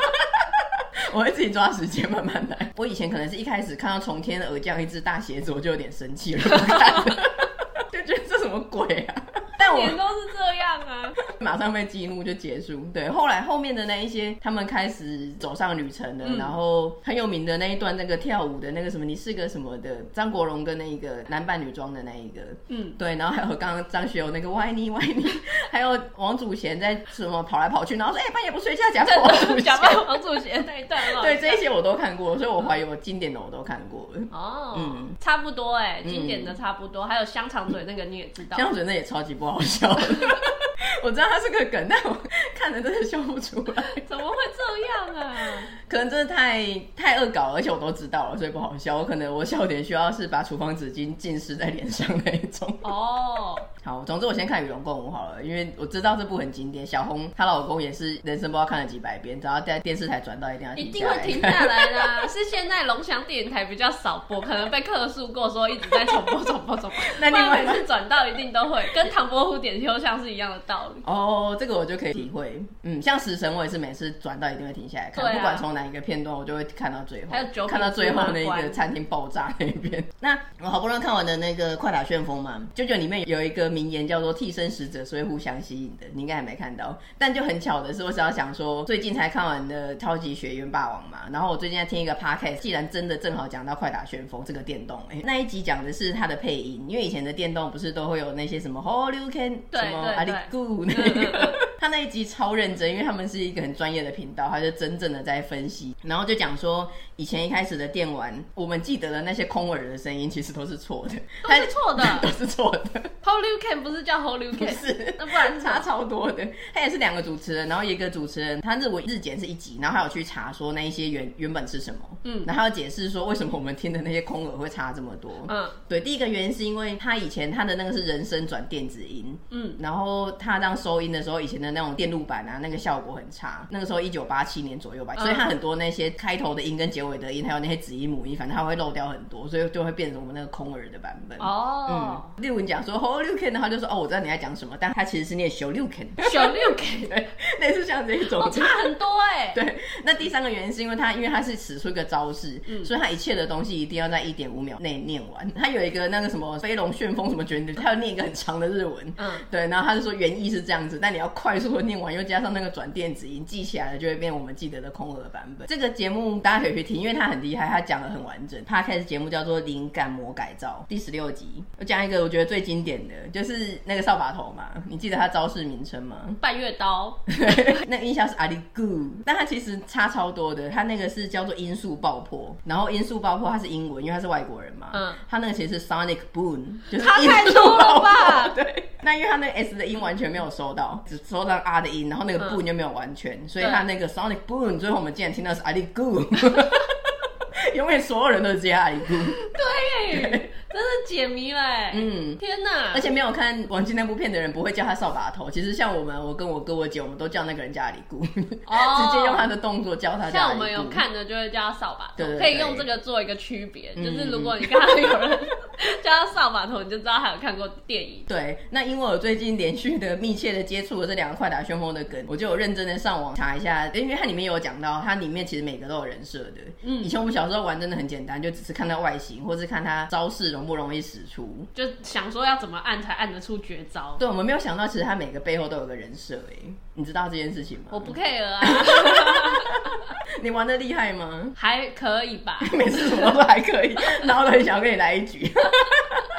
[SPEAKER 1] 我会自己抓时间慢慢来。我以前可能是一开始看到从天而降一只大鞋子，我就有点生气了，不看了 *laughs* 就觉得这什么鬼啊！但我
[SPEAKER 2] 年都是这样啊。
[SPEAKER 1] 马上被激怒就结束。对，后来后面的那一些，他们开始走上旅程了，
[SPEAKER 2] 嗯
[SPEAKER 1] 然后很有名的那一段，那个跳舞的那个什么，你是个什么的，张国荣跟那一个男扮女装的那一个，
[SPEAKER 2] 嗯，
[SPEAKER 1] 对，然后还有刚刚张学友那个歪你歪你， *laughs* 还有王祖贤在什么跑来跑去，然后说哎、半夜不睡觉，假扮王祖
[SPEAKER 2] *laughs* 真的，
[SPEAKER 1] 贤
[SPEAKER 2] 假。扮王祖贤那一段很好
[SPEAKER 1] 哦
[SPEAKER 2] 笑
[SPEAKER 1] 对，这一些我都看过，所以我怀疑我经典的我都看
[SPEAKER 2] *laughs*
[SPEAKER 1] 过了。
[SPEAKER 2] 哦，
[SPEAKER 1] 嗯
[SPEAKER 2] 差不多哎、经典的差不多，还有香肠嘴那个你也知道，
[SPEAKER 1] 江水那也超级不好笑的， *laughs* 我知道它是个梗，但我看着真的笑不出来。
[SPEAKER 2] 怎么会这样啊？
[SPEAKER 1] 可能真的太太恶搞了，而且我都知道了，所以不好笑。我可能我笑点需要是把厨房纸巾浸湿在脸上那一种。
[SPEAKER 2] 哦，
[SPEAKER 1] *laughs* 好，总之我先看《与龙共舞》好了，因为我知道这部很经典。小红她老公也是人生不知道看了几百遍，只要在电视台转到一定要
[SPEAKER 2] 一
[SPEAKER 1] 停
[SPEAKER 2] 定
[SPEAKER 1] 下
[SPEAKER 2] 会
[SPEAKER 1] 来。
[SPEAKER 2] 停下来
[SPEAKER 1] *laughs*
[SPEAKER 2] 的啊、是现在龙翔电台比较少播，可能被客诉过说一直在重播、重播、重播。
[SPEAKER 1] *laughs* 那另
[SPEAKER 2] 不
[SPEAKER 1] 外
[SPEAKER 2] 然每次转到一定都会，跟唐伯虎点秋香是一样的道理。
[SPEAKER 1] 哦，这个我就可以体会。嗯，像食神，我也是每次转到一定会停下来看，
[SPEAKER 2] 对啊
[SPEAKER 1] 不管从哪一个片段，我就会看到最后。
[SPEAKER 2] 还有九品
[SPEAKER 1] 看到最后那
[SPEAKER 2] 芝麻
[SPEAKER 1] 个
[SPEAKER 2] 官
[SPEAKER 1] 餐厅爆炸那边。 *laughs* 那我好不容易看完的那个《快打旋风》嘛，舅舅里面有一个名言叫做“替身使者是会互相吸引的”，你应该还没看到。但就很巧的是，我只要想说，最近才看完的《超级学院霸王》嘛，然后我最近在听一个 podcast，既然真的正好讲到《快打旋风》这个电动，哎、那一集讲的是它的配音，因为以前的电动不是都会有那些什么 Holy Can
[SPEAKER 2] 对
[SPEAKER 1] 什么
[SPEAKER 2] 对
[SPEAKER 1] 阿里
[SPEAKER 2] 对
[SPEAKER 1] 固那 *laughs*
[SPEAKER 2] 嗯嗯
[SPEAKER 1] 个。他那一集超认真，因为他们是一个很专业的频道，他就真正的在分析，然后就讲说以前一开始的电玩，我们记得的那些空耳的声音其实都是错 *laughs* 的，
[SPEAKER 2] 都是错的
[SPEAKER 1] 他都是错的，
[SPEAKER 2] Holy Can 不是叫 Holy
[SPEAKER 1] 不
[SPEAKER 2] Can，
[SPEAKER 1] 是。
[SPEAKER 2] 那不然是
[SPEAKER 1] 差
[SPEAKER 2] 啥？
[SPEAKER 1] 超多的，他也是两个主持人，然后一个主持人他日文日检是一集，然后还有去查说那一些原原本是什么，
[SPEAKER 2] 嗯
[SPEAKER 1] 然后他有解释说为什么我们听的那些空耳会差这么多，
[SPEAKER 2] 嗯
[SPEAKER 1] 对，第一个原因是因为他以前他的那个是人声转电子音，
[SPEAKER 2] 嗯，
[SPEAKER 1] 然后他当收音的时候，以前的那种电路板啊，那个效果很差。那个时候一九八七年左右吧，
[SPEAKER 2] 嗯
[SPEAKER 1] 所以他很多那些开头的音跟结尾的音，还有那些子音母音，反正它会漏掉很多，所以就会变成我们那个空耳的版本。嗯
[SPEAKER 2] 哦，
[SPEAKER 1] 例如你讲说哦六 K，然后就说哦我知道你在讲什么，但他其实是念修六 K，
[SPEAKER 2] 小六 K，
[SPEAKER 1] *laughs* 类似像这一种
[SPEAKER 2] 哦，
[SPEAKER 1] 的。
[SPEAKER 2] 差很多哎。
[SPEAKER 1] 对， *laughs* 那第三个原因是因为他，因为他是使出一个招式，所以他一切的东西一定要在一点五秒内念完。他有一个那个什么飞龙旋风什么卷的，他要念一个很长的日文，
[SPEAKER 2] 嗯，
[SPEAKER 1] 对，然后他就说原意是这样子，但你要快速的念完，又加上那个转电子音，记起来了就会变我们记得的空耳版本。这个节目大家可以去听，因为它很厉害，它讲的很完整。他开始节目叫做《灵感魔改造》第十六集，我讲一个我觉得最经典的，就是那个扫把头嘛，你记得他招式名称吗？
[SPEAKER 2] 半月刀，
[SPEAKER 1] *laughs* 那个音效是阿里咕，但它其实差超多的。它那个是叫做音速爆破，然后音速爆破它是英文，因为它是外国人嘛。
[SPEAKER 2] 嗯
[SPEAKER 1] 它那个其实是 Sonic Boom，就是
[SPEAKER 2] 差
[SPEAKER 1] 音
[SPEAKER 2] 太
[SPEAKER 1] 速
[SPEAKER 2] 多
[SPEAKER 1] 爆
[SPEAKER 2] 了
[SPEAKER 1] 破。
[SPEAKER 2] 吧
[SPEAKER 1] *laughs* 对，那因为它那个 S 的音完全没有收到，只收到 R 的音，然后那个
[SPEAKER 2] 嗯
[SPEAKER 1] Boom 就没有完全，所以
[SPEAKER 2] 对
[SPEAKER 1] 它那个 Sonic Boom 最后我们竟然听到是阿里 *laughs* 咕。永远所有人都是接阿里咕，
[SPEAKER 2] 对，真的解谜嘞。
[SPEAKER 1] 嗯，
[SPEAKER 2] 天哪！
[SPEAKER 1] 而且没有看王晶那部片的人不会叫他扫把头，其实像我们，我跟我哥我姐，我们都叫那个人叫阿里姑，
[SPEAKER 2] 哦
[SPEAKER 1] 直接用他的动作教他叫
[SPEAKER 2] 像
[SPEAKER 1] 阿
[SPEAKER 2] 我
[SPEAKER 1] 里姑。
[SPEAKER 2] 们有看的就会叫他扫把头
[SPEAKER 1] 对对，对
[SPEAKER 2] 可以用这个做一个区别。
[SPEAKER 1] 嗯
[SPEAKER 2] 就是如果你看到有人叫他扫把头，你就知道他有看过电影。
[SPEAKER 1] 对，那因为我最近连续的密切的接触了这两个快打旋风的梗，我就有认真的上网查一下，因为它里面有讲到，它里面其实每个都有人设的。
[SPEAKER 2] 嗯
[SPEAKER 1] 以前我们小时候玩真的很简单，就只是看它外形，或是看它招式容不容易使出。
[SPEAKER 2] 就想说要怎么按才按得出绝招。
[SPEAKER 1] 对，我们没有想到，其实它每个背后都有个人设哎，你知道这件事情吗？
[SPEAKER 2] 我不 care
[SPEAKER 1] *laughs*
[SPEAKER 2] 啊，
[SPEAKER 1] 你玩的厉害吗？ *laughs*
[SPEAKER 2] 还可以吧。
[SPEAKER 1] 每次什么都还可以， *laughs* 然后都很想跟你来一局。 *laughs*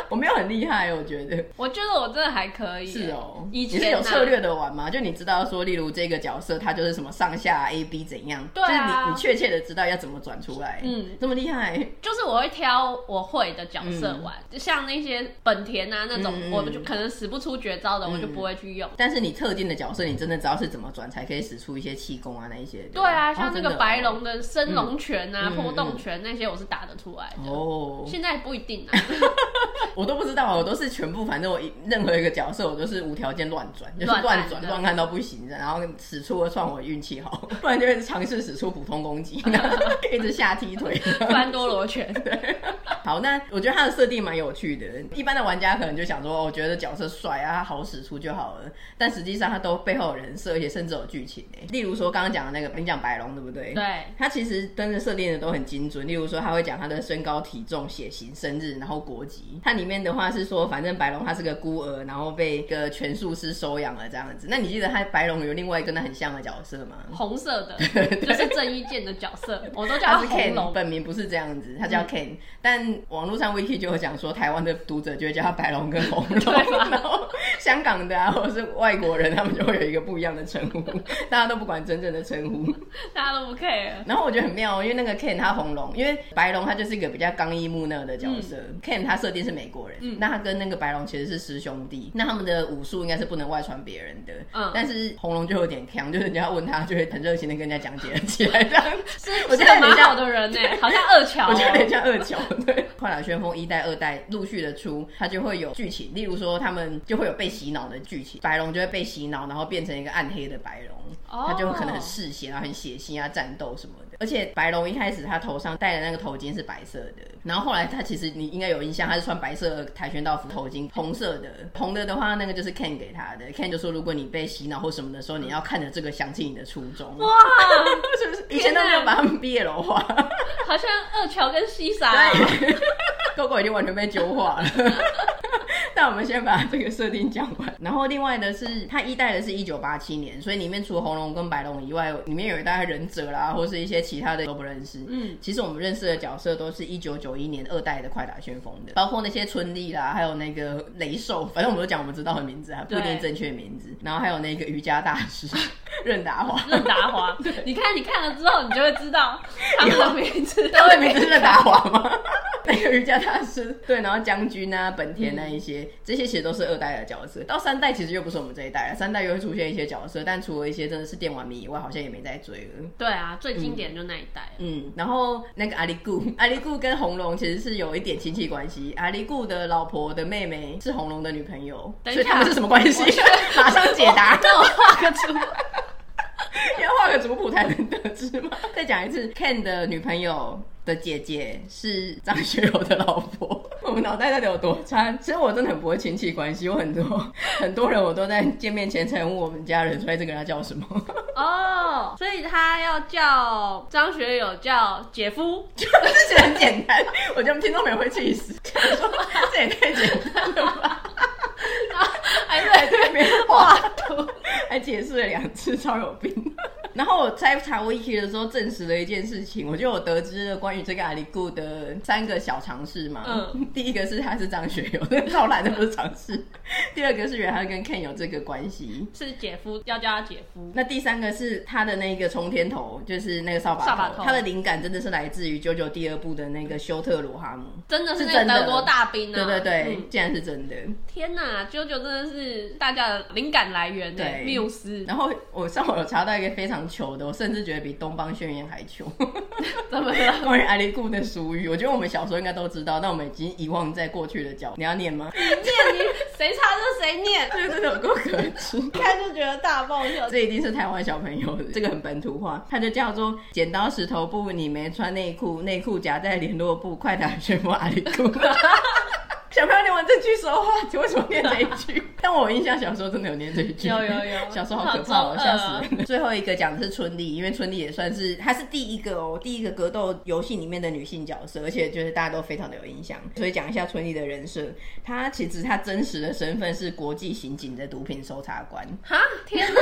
[SPEAKER 1] 我没有很厉害，我觉得
[SPEAKER 2] 我觉得我真的还可以。
[SPEAKER 1] 是哦。
[SPEAKER 2] 以
[SPEAKER 1] 你是
[SPEAKER 2] 前、啊、
[SPEAKER 1] 有策略的玩吗？就你知道说，例如这个角色他就是什么上下 A B 怎样，
[SPEAKER 2] 对啊
[SPEAKER 1] 就是你你确切的知道要怎么转出来。
[SPEAKER 2] 嗯，
[SPEAKER 1] 这么厉害，
[SPEAKER 2] 就是我会挑我会的角色玩，像那些本田啊那种，
[SPEAKER 1] 嗯嗯嗯
[SPEAKER 2] 我就可能使不出绝招的，我就
[SPEAKER 1] 嗯
[SPEAKER 2] 不会去用。
[SPEAKER 1] 但是你特定的角色，你真的知道是怎么转才可以使出一些气功啊那一些的。
[SPEAKER 2] 对啊，
[SPEAKER 1] 哦
[SPEAKER 2] 像那
[SPEAKER 1] 真的
[SPEAKER 2] 个
[SPEAKER 1] 哦
[SPEAKER 2] 白龙的升龙拳啊、
[SPEAKER 1] 嗯嗯
[SPEAKER 2] 破洞拳那些，我是打得出来的。
[SPEAKER 1] 哦，
[SPEAKER 2] 现在不一定啊，
[SPEAKER 1] *laughs* 我都不知道，我都是全部，反正我一任何一个角色，我都是无条件乱转，就是
[SPEAKER 2] 乱
[SPEAKER 1] 乱
[SPEAKER 2] 按
[SPEAKER 1] 转
[SPEAKER 2] 的
[SPEAKER 1] 乱按到不行，然后使出了算我运气好， *laughs* 不然就会尝试使出普通攻击， *laughs* 一直下踢腿。
[SPEAKER 2] 翻多罗拳。
[SPEAKER 1] 好，那我觉得它的设定蛮有趣的。一般的玩家可能就想说，哦我觉得角色帅啊，他好使出就好了。但实际上，它都背后有人设，而且甚至有剧情诶。例如说，刚刚讲的那个，你讲白龙对不对？
[SPEAKER 2] 对，
[SPEAKER 1] 他其实真的设定的都很精准，例如说他会讲他的身高、体重、血型、生日，然后国籍。它里面的话是说，反正白龙他是个孤儿，然后被一个拳术师收养了这样子。那你记得他白龙有另外一个跟他很像的角色吗？
[SPEAKER 2] 红色的就是郑伊健的角
[SPEAKER 1] *laughs*
[SPEAKER 2] 色，我都叫
[SPEAKER 1] 他
[SPEAKER 2] 他
[SPEAKER 1] 是
[SPEAKER 2] 红
[SPEAKER 1] Ken，
[SPEAKER 2] 龙。嗯
[SPEAKER 1] 本名不是这样子，他叫 Ken、但网络上 Wiki 就有讲说，台湾的读者就会叫他白龙跟红
[SPEAKER 2] *laughs* 对啊
[SPEAKER 1] 龙，然后 *laughs* 香港的啊，或者是外国人，他们就会有一个不一样的称呼， *laughs* 大家都不管真正的称呼。
[SPEAKER 2] 大家都不 care。
[SPEAKER 1] 然后我觉得很妙哦，因为那个 Ken 他红龙，因为白龙他就是一个比较刚毅木讷的角色、k e n 他设定是美国人，
[SPEAKER 2] 嗯
[SPEAKER 1] 那他跟那个白龙其实是师兄弟，那他们的武术应该是不能外传别人的，
[SPEAKER 2] 嗯
[SPEAKER 1] 但是红龙就有点强，就是人家问他就会很热情的跟人家讲解起来这样
[SPEAKER 2] 是
[SPEAKER 1] 我觉得
[SPEAKER 2] 是个
[SPEAKER 1] 很
[SPEAKER 2] 蛮
[SPEAKER 1] 像
[SPEAKER 2] 好的人呢、好像二
[SPEAKER 1] *laughs*
[SPEAKER 2] 乔、
[SPEAKER 1] 我觉得有
[SPEAKER 2] 哦。
[SPEAKER 1] 点像二乔。对， *laughs* 《快打旋风》一代、二代陆续的出，它就会有剧情，例如说他们就会有被洗脑的剧情，白龙就会被洗脑，然后变成一个暗黑的白龙。
[SPEAKER 2] 哦
[SPEAKER 1] 他就可能很嗜血啊，很血腥啊，战斗什么的。而且白龙一开始他头上戴的那个头巾是白色的，然后后来他其实你应该有印象，他是穿白色的跆拳道服头巾，红色的。红的的话，那个就是 Ken 给他的。Ken 就说，如果你被洗脑或什么的时候，你要看着这个想起你的初衷。
[SPEAKER 2] 哇，
[SPEAKER 1] 是不是？以前都没有把他们 BL 化。
[SPEAKER 2] 好像二乔跟西莎、
[SPEAKER 1] 对，狗狗已经完全被揪化
[SPEAKER 2] *laughs*
[SPEAKER 1] 了。但我们先把这个设定讲完，然后另外的是，它一代的是一九八七年，所以里面除了红龙跟白龙以外，里面有一代忍者啦，或是一些其他的都不认识。
[SPEAKER 2] 嗯，
[SPEAKER 1] 其实我们认识的角色都是一九九一年二代的快打旋风的，包括那些春丽啦，还有那个雷兽，反正我们都讲我们知道的名字啊，不一定
[SPEAKER 2] 对
[SPEAKER 1] 正确名字。然后还有那个瑜伽大师 *laughs* 任达华，
[SPEAKER 2] 任达
[SPEAKER 1] *laughs*
[SPEAKER 2] 华。你看，你看了之后，你就会知道他们的名字
[SPEAKER 1] 他会名字是打华 *laughs* 吗？那个瑜伽大师，对，然后将军啊、本田那一些，这些其实都是二代的角色。到三代其实又不是我们这一代了，啊三代又会出现一些角色，但除了一些真的是电玩迷以外，好像也没在追了。
[SPEAKER 2] 对啊，最经典就那一代。
[SPEAKER 1] 嗯，然后那个阿里固， *laughs* 阿里固跟红龙其实是有一点亲戚关系。阿里固的老婆的妹妹是红龙的女朋友，
[SPEAKER 2] 等一
[SPEAKER 1] 所
[SPEAKER 2] 下
[SPEAKER 1] 以他们是什么关系？ *laughs* 马上解答。
[SPEAKER 2] 哦那我画个
[SPEAKER 1] *laughs*
[SPEAKER 2] 图，
[SPEAKER 1] 要画个族谱才能得知吗？再讲一次，Ken 的女朋友的姐姐是张学友的老婆。 *laughs* 我们脑袋到底有多差？其实我真的很不会亲戚关系，有很多很多人我都在见面前才问我们家人，所以这个人他叫什么？
[SPEAKER 2] 哦，所以他要叫张学友叫姐夫，
[SPEAKER 1] 这很简单，我觉得我们听众朋友会气死，想说这也太简单了吧？
[SPEAKER 2] 还是
[SPEAKER 1] 还对别人画
[SPEAKER 2] 图？
[SPEAKER 1] 还解释了两次，超有病。然后我在查 wiki 的时候，证实了一件事情，我就有得知了关于这个阿里固的三个小常识嘛。
[SPEAKER 2] 嗯，
[SPEAKER 1] 第一个是他是张学友，超懒的不是常识。第二个是原来他跟 Ken 有这个关系。
[SPEAKER 2] 是姐夫，要叫他姐夫。
[SPEAKER 1] 那第三个是他的那个冲天头，就是那个扫把
[SPEAKER 2] 扫把头
[SPEAKER 1] 他的灵感真的是来自于九九第二部的那个休特罗哈姆。
[SPEAKER 2] 真的是那
[SPEAKER 1] 是真
[SPEAKER 2] 个
[SPEAKER 1] 的
[SPEAKER 2] 德国大兵
[SPEAKER 1] 对
[SPEAKER 2] 啊！
[SPEAKER 1] 对对，
[SPEAKER 2] 嗯
[SPEAKER 1] 竟然是真的。
[SPEAKER 2] 天哪，啾啾真的是大家的灵感来源呢
[SPEAKER 1] 对，
[SPEAKER 2] 缪斯。
[SPEAKER 1] 然后我上网有查到一个非常棒球的，我甚至觉得比东方宣言还穷。
[SPEAKER 2] *laughs* 怎么了？
[SPEAKER 1] *laughs* 关于阿里固的俗语，我觉得我们小时候应该都知道，但我们已经遗忘在过去的脚。你要念
[SPEAKER 2] *laughs*
[SPEAKER 1] 吗？
[SPEAKER 2] 念你谁查就谁念，
[SPEAKER 1] 这个真的有够可耻。
[SPEAKER 2] *laughs* 一看就觉得大爆笑。
[SPEAKER 1] 这一定是台湾小朋友的，这个很本土化，它就叫做剪刀石头布，你没穿内裤，内裤夹在联络布，快打旋风阿里裤。 *laughs* 小朋友，你玩这句说话，你为什么念这一句？ *laughs* 但我印象小时候真的有念这一句，
[SPEAKER 2] 有有有
[SPEAKER 1] *laughs* 小时候好可怕哦，
[SPEAKER 2] 好中
[SPEAKER 1] 吓
[SPEAKER 2] 二
[SPEAKER 1] 死
[SPEAKER 2] 啊
[SPEAKER 1] 人了。最后一个讲的是春丽，因为春丽也算是她是第一个哦，第一个格斗游戏里面的女性角色，而且就是大家都非常的有印象，所以讲一下春丽的人设。她其实她真实的身份是国际刑警的毒品搜查官，
[SPEAKER 2] 哈，天
[SPEAKER 1] *laughs*
[SPEAKER 2] 哪，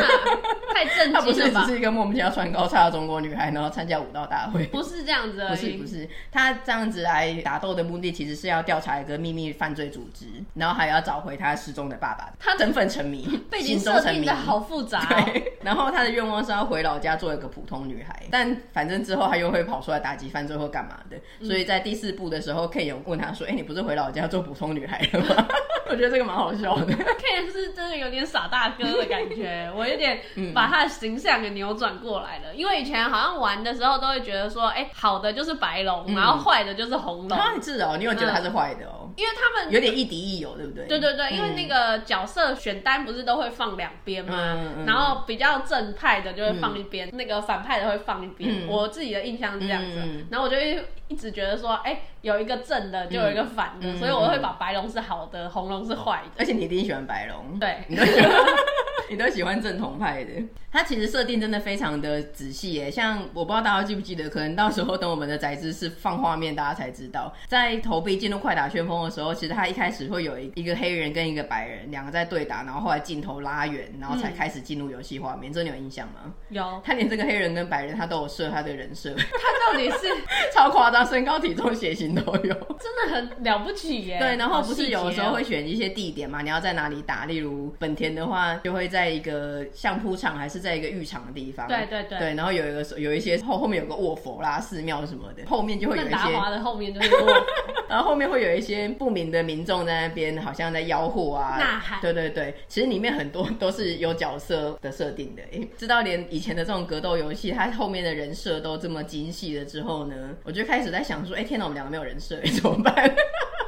[SPEAKER 2] 太震
[SPEAKER 1] 啊她不
[SPEAKER 2] 惊
[SPEAKER 1] 是
[SPEAKER 2] 了
[SPEAKER 1] 只
[SPEAKER 2] 吧？
[SPEAKER 1] 是一个莫名其妙穿高叉的中国女孩，然后参加武道大会。
[SPEAKER 2] 不是这样子而
[SPEAKER 1] 不是
[SPEAKER 2] 已，
[SPEAKER 1] 不是，他这样子来打斗的目的其实是要调查一个秘密犯罪组织，然后还要找回他失踪的爸爸。
[SPEAKER 2] 他
[SPEAKER 1] 身份沉迷，
[SPEAKER 2] 被
[SPEAKER 1] 行
[SPEAKER 2] 你
[SPEAKER 1] 踪
[SPEAKER 2] 设
[SPEAKER 1] 沉
[SPEAKER 2] 定
[SPEAKER 1] 迷
[SPEAKER 2] 的。好复杂、哦。
[SPEAKER 1] 对，然后他的愿望是要回老家做一个普通女孩，但反正之后他又会跑出来打击犯罪或干嘛的，
[SPEAKER 2] 嗯
[SPEAKER 1] 所以在第四部的时候，K 有问他说：“哎、你不是回老家做普通女孩了吗？” *laughs* 我觉得这个蛮好笑 *laughs* 的。
[SPEAKER 2] K 是真的有点傻大哥的感
[SPEAKER 1] *laughs*
[SPEAKER 2] 觉，我有点把他的形象给扭转过来了。因为以前好像玩的时候都会觉得说，哎、好的就是白龙，然后坏的就是红
[SPEAKER 1] 嗯
[SPEAKER 2] 龙，
[SPEAKER 1] 他是哦，你有觉得他是坏的哦，
[SPEAKER 2] 因为他们
[SPEAKER 1] 有点嗯亦敌亦友，对不对？
[SPEAKER 2] 对对对，因为那个角色选单不是都会放两边吗？
[SPEAKER 1] 嗯嗯
[SPEAKER 2] 然后比较正派的就会放一边，那个反派的会放一边。
[SPEAKER 1] 嗯
[SPEAKER 2] 我自己的印象是这样子，
[SPEAKER 1] 嗯嗯
[SPEAKER 2] 然后我就一一直觉得说，哎、有一个正的就有一个反的，
[SPEAKER 1] 嗯嗯嗯
[SPEAKER 2] 所以我会把白龙是好的，红龙是坏的。
[SPEAKER 1] 而且你一定喜欢白龙，
[SPEAKER 2] 对
[SPEAKER 1] 你都喜欢， *laughs* 你都喜欢正统派的。它其实设定真的非常的仔细耶，像我不知道大家记不记得，可能到时候等我们的宅知是放画面，大家才知道，在投币进入快打旋风的时候，其实他一开始会有一一个黑人跟一个白人两个在对打，然后后来镜头拉远，然后才开始进入游戏画面，这你有印象吗？
[SPEAKER 2] 有
[SPEAKER 1] 他连这个黑人跟白人他都有设他的人设， *laughs*
[SPEAKER 2] 他到底是
[SPEAKER 1] 超夸张，身高体重血型都有。
[SPEAKER 2] 真的很了不起耶！
[SPEAKER 1] 对，然后
[SPEAKER 2] 好
[SPEAKER 1] 不是
[SPEAKER 2] 细节
[SPEAKER 1] 有的时候
[SPEAKER 2] 哦
[SPEAKER 1] 会选一些地点嘛？你要在哪里打？例如本田的话，就会在一个相扑场，还是在一个浴场的地方。
[SPEAKER 2] 对对对
[SPEAKER 1] 对，然后有一个有一些后后面有个卧佛啦、寺庙什么的，后面就会有
[SPEAKER 2] 那
[SPEAKER 1] 一
[SPEAKER 2] 达
[SPEAKER 1] 些，
[SPEAKER 2] 华的
[SPEAKER 1] *laughs*
[SPEAKER 2] 后面就是我
[SPEAKER 1] 然后后面会有一些不明的民众在那边好像在吆喝啊、
[SPEAKER 2] 呐喊
[SPEAKER 1] 对对对，其实里面很多都是有角色的设定的。诶知道连以前的这种格斗游戏，它后面的人设都这么精细了之后呢，我就开始在想说，哎，天哪，我们两个没有人设，诶怎么办？ *laughs*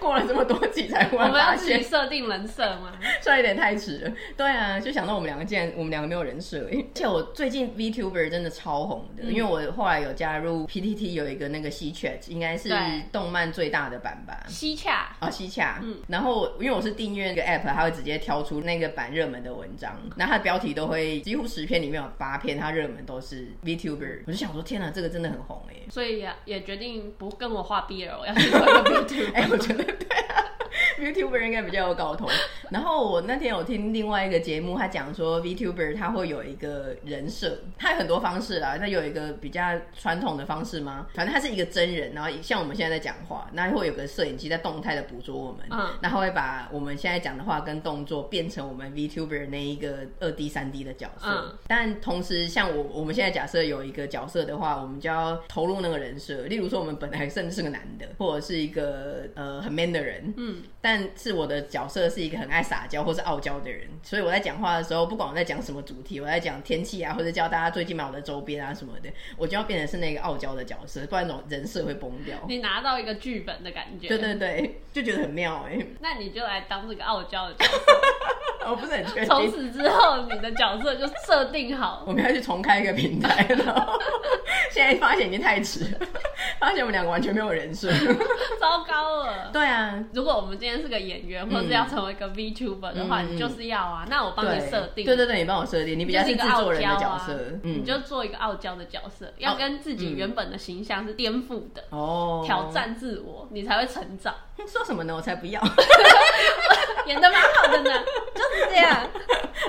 [SPEAKER 1] 过了这么多集才忽
[SPEAKER 2] 我
[SPEAKER 1] 然
[SPEAKER 2] 们要
[SPEAKER 1] 发
[SPEAKER 2] 自
[SPEAKER 1] 现 *laughs*
[SPEAKER 2] 己，设定人设吗？
[SPEAKER 1] 虽然有点太迟了，对啊，就想到我们两个竟然我们两个没有人设欸，而且我最近 VTuber 真的超红的，
[SPEAKER 2] 嗯
[SPEAKER 1] 因为我后来有加入 PTT 有一个那个 C Chat，应该是
[SPEAKER 2] 对
[SPEAKER 1] 动漫最大的版吧。
[SPEAKER 2] 西洽
[SPEAKER 1] 啊，西洽，然后我因为我是订阅一个 app，它会直接挑出那个版热门的文章，那它的标题都会几乎十篇里面有八篇，它热门都是 VTuber，我就想说，天哪，这个真的很红哎、
[SPEAKER 2] 所以也也决定不跟我画 BL，要去做一个 B
[SPEAKER 1] *laughs* 哎、我觉得对啊，VTuber 应该比较有搞头。然后我那天有听另外一个节目，他讲说 VTuber 他会有一个人设，他有很多方式啦。那有一个比较传统的方式吗？反正他是一个真人，然后像我们现在在讲话，那会有个摄影机在动态的捕捉我们，
[SPEAKER 2] 嗯
[SPEAKER 1] 然后会把我们现在讲的话跟动作变成我们 VTuber 那一个二 D、三 D 的角色。
[SPEAKER 2] 嗯
[SPEAKER 1] 但同时，像我我们现在假设有一个角色的话，我们就要投入那个人设。例如说，我们本来甚至是个男的，或者是一个呃很 man 的人，
[SPEAKER 2] 嗯，
[SPEAKER 1] 但是我的角色是一个很爱撒娇或是傲娇的人，所以我在讲话的时候，不管我在讲什么主题，我在讲天气啊，或者教大家最近买我的周边啊什么的，我就要变成是那个傲娇的角色，不然那种人设会崩掉。
[SPEAKER 2] 你拿到一个剧本的感觉，
[SPEAKER 1] 对，对对，就觉得很妙哎、
[SPEAKER 2] 那你就来当这个傲娇的角色。
[SPEAKER 1] *laughs* 我不是很确
[SPEAKER 2] 从
[SPEAKER 1] 定。
[SPEAKER 2] 此之后，你的角色就设定好。
[SPEAKER 1] 我们要去重开一个平台了，现在发现已经太迟了，发现我们两个完全没有人设。
[SPEAKER 2] *laughs* 糟糕了。
[SPEAKER 1] 对啊，
[SPEAKER 2] 如果我们今天是个演员，或是要成为一个 VTuber 的
[SPEAKER 1] 嗯
[SPEAKER 2] 话，
[SPEAKER 1] 嗯嗯
[SPEAKER 2] 你就是要啊。那我帮你
[SPEAKER 1] 对，
[SPEAKER 2] 设定，
[SPEAKER 1] 对对对，你帮我设定，你比较
[SPEAKER 2] 你就是
[SPEAKER 1] 制
[SPEAKER 2] 一个傲
[SPEAKER 1] 作人的
[SPEAKER 2] 娇
[SPEAKER 1] 角
[SPEAKER 2] 啊
[SPEAKER 1] 色，嗯
[SPEAKER 2] 你就做一个傲娇的角色，要跟自己原本的形象是颠覆的，
[SPEAKER 1] 哦
[SPEAKER 2] 挑。战自我，你才会成长，
[SPEAKER 1] *laughs* 说什么呢？我才不要， *laughs*
[SPEAKER 2] 演的蛮好的呢。就是这样，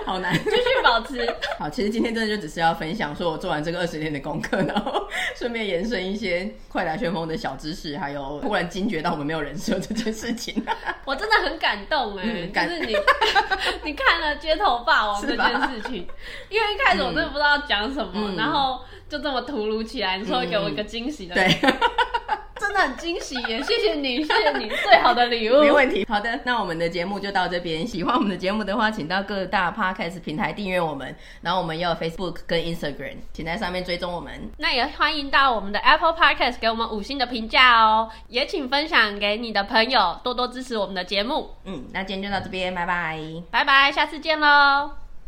[SPEAKER 1] 好难。
[SPEAKER 2] 继续保持。
[SPEAKER 1] 好，其实今天真的就只是要分享，说我做完这个二十天的功课，然后顺便延伸一些快打旋风的小知识，还有忽然惊觉到我们没有人设这件事情。
[SPEAKER 2] 我真的很感动哎、
[SPEAKER 1] 嗯
[SPEAKER 2] 就
[SPEAKER 1] 感
[SPEAKER 2] 是你 *laughs* 你看了《街头霸王》这
[SPEAKER 1] 是吧
[SPEAKER 2] 件事情，因为一开始我真的不知道讲什么，
[SPEAKER 1] 嗯
[SPEAKER 2] 然后就这么突如其来，你说
[SPEAKER 1] 嗯
[SPEAKER 2] 给我一个惊喜的，
[SPEAKER 1] 对，真的
[SPEAKER 2] 的很惊喜耶！谢谢你，谢谢你，最好的礼物。
[SPEAKER 1] 没问题。好的，那我们的节目就到这边。喜欢我们的节目的话，请到各大 podcast 平台订阅我们，然后我们也有 Facebook 跟 Instagram，请在上面追踪我们。
[SPEAKER 2] 那也欢迎到我们的 Apple Podcast 给我们五星的评价哦，也请分享给你的朋友，多多支持我们的节目。
[SPEAKER 1] 嗯，那今天就到这边，拜拜。
[SPEAKER 2] 拜拜，下次见喽。